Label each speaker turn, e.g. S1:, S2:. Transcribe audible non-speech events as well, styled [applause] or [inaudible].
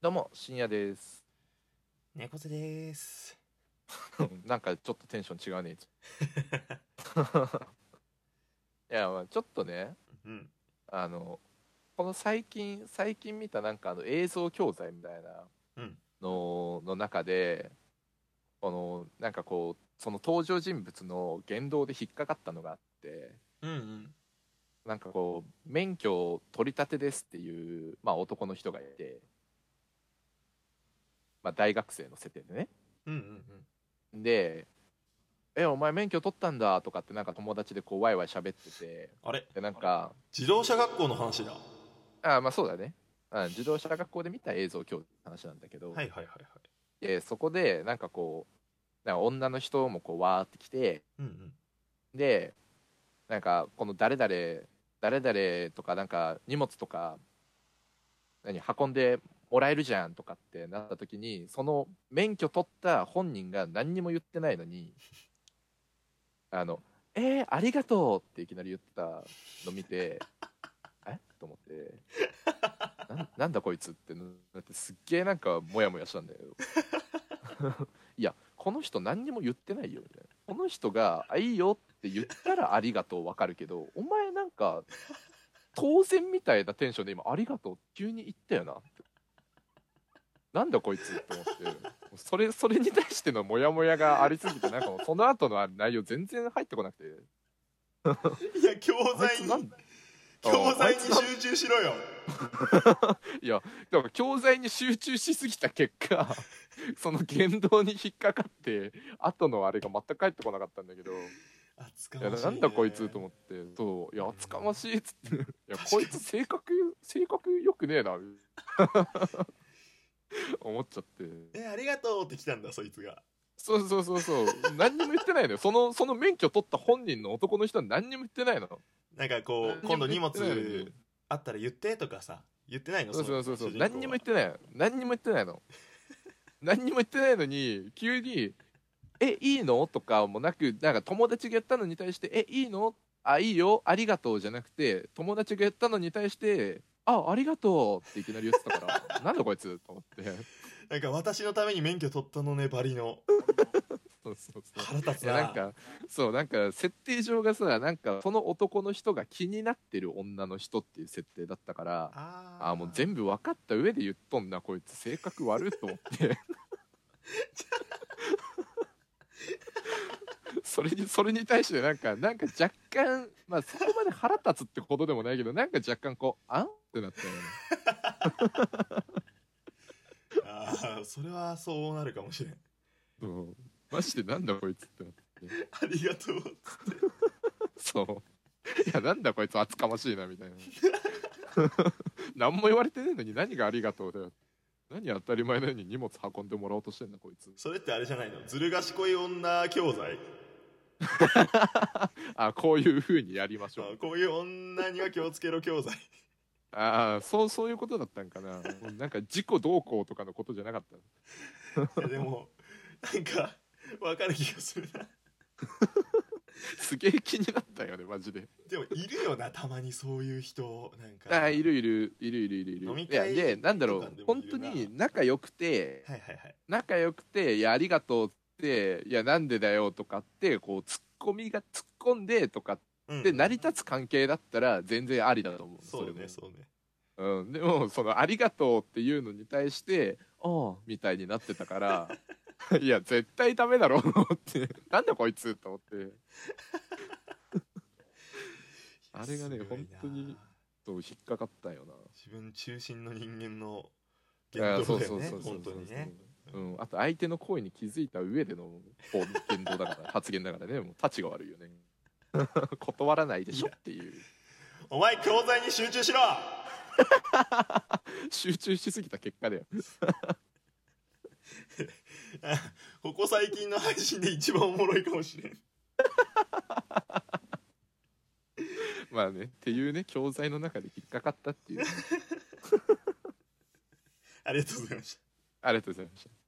S1: どうも深夜です
S2: 猫背です。
S1: [laughs] なんかちょっとテンション違うねいつ
S2: [laughs]
S1: もいやまあちょっとね
S2: うん。
S1: あのこの最近最近見たなんかあの映像教材みたいな
S2: うん
S1: のの中でこのなんかこうその登場人物の言動で引っかかったのがあって
S2: うんうん。
S1: なんかこう免許を取り立てですっていう、まあ、男の人がいて、まあ、大学生の設定でね
S2: うんうん
S1: で「えお前免許取ったんだ」とかってなんか友達でこうワイワイ喋ってて
S2: あれ
S1: でなんか
S2: 自動車学校の話だ。は
S1: あまあそうだね、うん、自動車学校で見た映像今日の話なんだけど、
S2: いはいはいはい。
S1: でそこでなんかこうなんか女の人もこうわーって来て
S2: うん
S1: でなんかこの誰々誰々とかなんか荷物とか何運んでもらえるじゃんとかってなった時にその免許取った本人が何にも言ってないのにあの「えー、ありがとう」っていきなり言ったの見て [laughs] 「えと思って「なんなんだこいつ」ってなってすっげえなんかモヤモヤしたんだよ。いやこの人何にも言ってないよみたいなこの人が「あいいよ」って言ったら「ありがとう」わかるけどお前なんか当然みたいなテンションで今「ありがとう」急に言ったよなってなんだこいつって思ってそれそれに対してのモヤモヤがありすぎてなんかもうその後の内容全然入ってこなくて
S2: うん。いや、教
S1: あい
S2: 材
S1: つ
S2: に、
S1: なん
S2: 教
S1: ああ
S2: 材
S1: い
S2: に
S1: つなん
S2: 集中しろよ。
S1: だから教材に集中しすぎた結果その言動に引っかかって後のあれが全く返ってこなかったんだけど。
S2: 厚か
S1: いや
S2: ましいね
S1: なんだこいつと思ってそういや厚かましいっつっていやこいつ性格性格よくねえな思っちゃって
S2: え、ありがとうって来たんだ、そいつが。
S1: そうそうそうそう何にも言ってないのよそのその免許取った本人の男の人は何にも言ってないの
S2: なんかこう、今度
S1: 何
S2: 荷
S1: にも言
S2: 物
S1: ってないの
S2: あったら言ってとかさ、言ってないの
S1: そうそうそうそう
S2: 主人公は
S1: 何にも言ってないの何にも言ってない
S2: [laughs]
S1: の何にも言ってないのに急に「えいいの?」とかもなくなんか友達がやったのに対して「えいいの?」あいいよありがとうじゃなくて友達がやったのに対して「あありがとう」っていきなり言ってたから [laughs] なんだこいつと思って
S2: なんか私のために免許取ったのね、バリの。
S1: そうそうそう
S2: 腹立つ
S1: いや
S2: な。
S1: なんかそうなんか設定上がさなんかその男の人が気になってる女の人っていう設定だったから
S2: あー
S1: あーもう全部分かった上で言っとんなこいつ性格悪いと思って [laughs] それにそれに対してなんかなんか若干まあそこまで腹立つってことでもないけどなんか若干こうあんってなったよね
S2: あーそれはそうなるかもしれん。
S1: そうマジでなんだこいつってなって
S2: ありがとう。
S1: そういやなんだこいつ厚かましいなみたいな [laughs] 何も言われてねえのに何がありがとうだよ何当たり前のように荷物運んでもらおうとしてんだこいつ
S2: それってあれじゃないのずる賢い女教材
S1: あこういう風にやりましょう
S2: あこういう女には気をつけろ教材
S1: ああそうそういうことだったんか
S2: [laughs]
S1: なもうなんか事故どうこうとかのことじゃなかった
S2: いやでもなんかわかる気がするな
S1: すげえ気になったよねマジで
S2: でもいるよなたまにそういう人なんか
S1: ああいるいるいるいるいるいる
S2: 飲み
S1: いや
S2: 会
S1: でなんだろ
S2: とか
S1: う
S2: でもい
S1: 本
S2: るな
S1: 当に仲良くて
S2: はいはいはい
S1: 仲良くて「いやありがとう」って「いやなんでだよ」とかってこうツッコミが突っ込んでとかっ
S2: うん
S1: て成り立つ関係だったら全然ありだと思う
S2: そうね
S1: そ
S2: そうね
S1: れもうん、でもその「ありがとう」っていうのに対して「ああ」みたいになってたから
S2: [laughs]
S1: いや絶対ダメだろうと思ってなんだこいつと思
S2: [laughs]
S1: って。あれがね
S2: すごいな
S1: 本当にそう引っかかったよな。
S2: 自分中心の人間の
S1: い
S2: 言
S1: や
S2: 動
S1: そう
S2: だよ
S1: そう
S2: ね
S1: そうそう
S2: 本当にね。
S1: うん、あと相手の行為に気づいた上でのこう言動だから発言だからねもうたちが悪いよね [laughs] 断らないでしょっていう
S2: お前教材に集中しろ [laughs]
S1: 集中しすぎた結果だよ
S2: あここ最近の配信で一番おもろいかもしれん
S1: まあねっていうね教材の中で引っかかったっていう
S2: ありがとうございました
S1: ありがとうございました